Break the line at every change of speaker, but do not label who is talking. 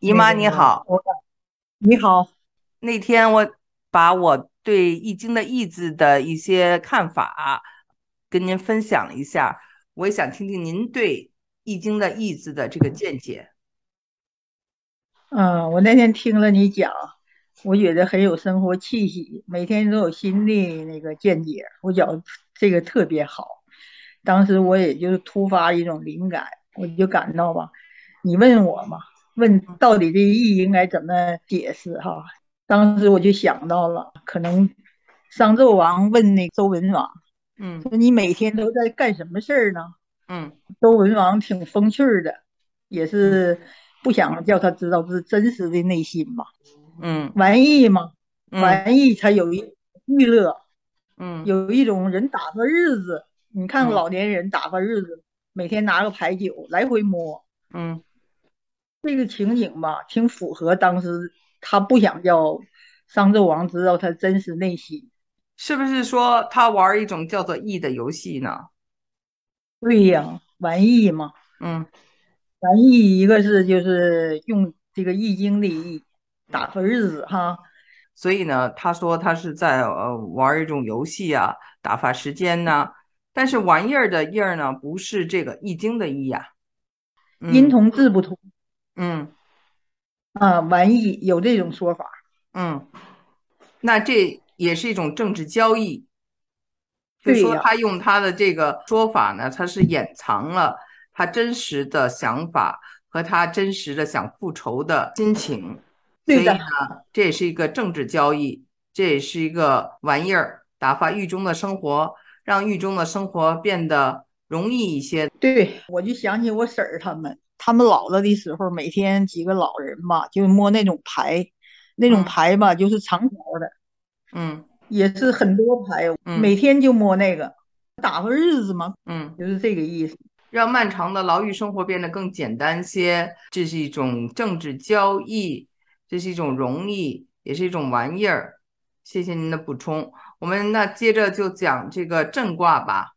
姨妈你好，
我你好，
那天我把我对《易经》的易字的一些看法跟您分享了一下，我也想听听您对《易经》的易字的这个见解。
嗯，我那天听了你讲，我觉得很有生活气息，每天都有新的那个见解，我觉得这个特别好。当时我也就是突发一种灵感，我就感到吧，你问我嘛，问到底这意应该怎么解释哈、当时我就想到了，可能商纣王问那周文王
嗯
说：“你每天都在干什么事儿呢？”
嗯
周文王挺风趣儿的，也是不想叫他知道自己真实的内心嘛，
嗯
玩意嘛，
嗯
玩意才有一娱乐，
嗯
有一种人打发日子。你看
嗯
老年人打发日子，每天拿个牌九来回摸，
嗯
这个情景吧，挺符合当时他不想叫商纣王知道他真实内心。
是不是说他玩一种叫做易的游戏呢？
对呀，玩意嘛，
嗯
玩意一个是就是用这个易经的易打发日子哈。
所以呢，他说他是在呃玩儿一种游戏啊，打发时间呐、但是玩意儿的意儿呢，不是这个易经的易呀、
音同字不同
嗯
啊，玩意有这种说法。
嗯嗯，那这也是一种政治交易。就
对
说
呀
他用他的这个说法呢，他是掩藏了他真实的想法和他真实的想复仇的心情，所
对
以
的
呢，这也是一个政治交易，这也是一个玩意儿，打发狱中的生活，让狱中的生活变得容易一些。
对，我就想起我婶儿他们，他们老了的时候，每天几个老人吧，就摸那种牌，那种
嗯
牌吧，就是长条的，
嗯
也是很多牌，
嗯
每天就摸那个，打发日子嘛，
嗯，
就是这个意思。
让漫长的牢狱生活变得更简单些，这是一种政治交易，这是一种容易，也是一种玩意儿。谢谢您的补充，我们那接着就讲这个震卦吧。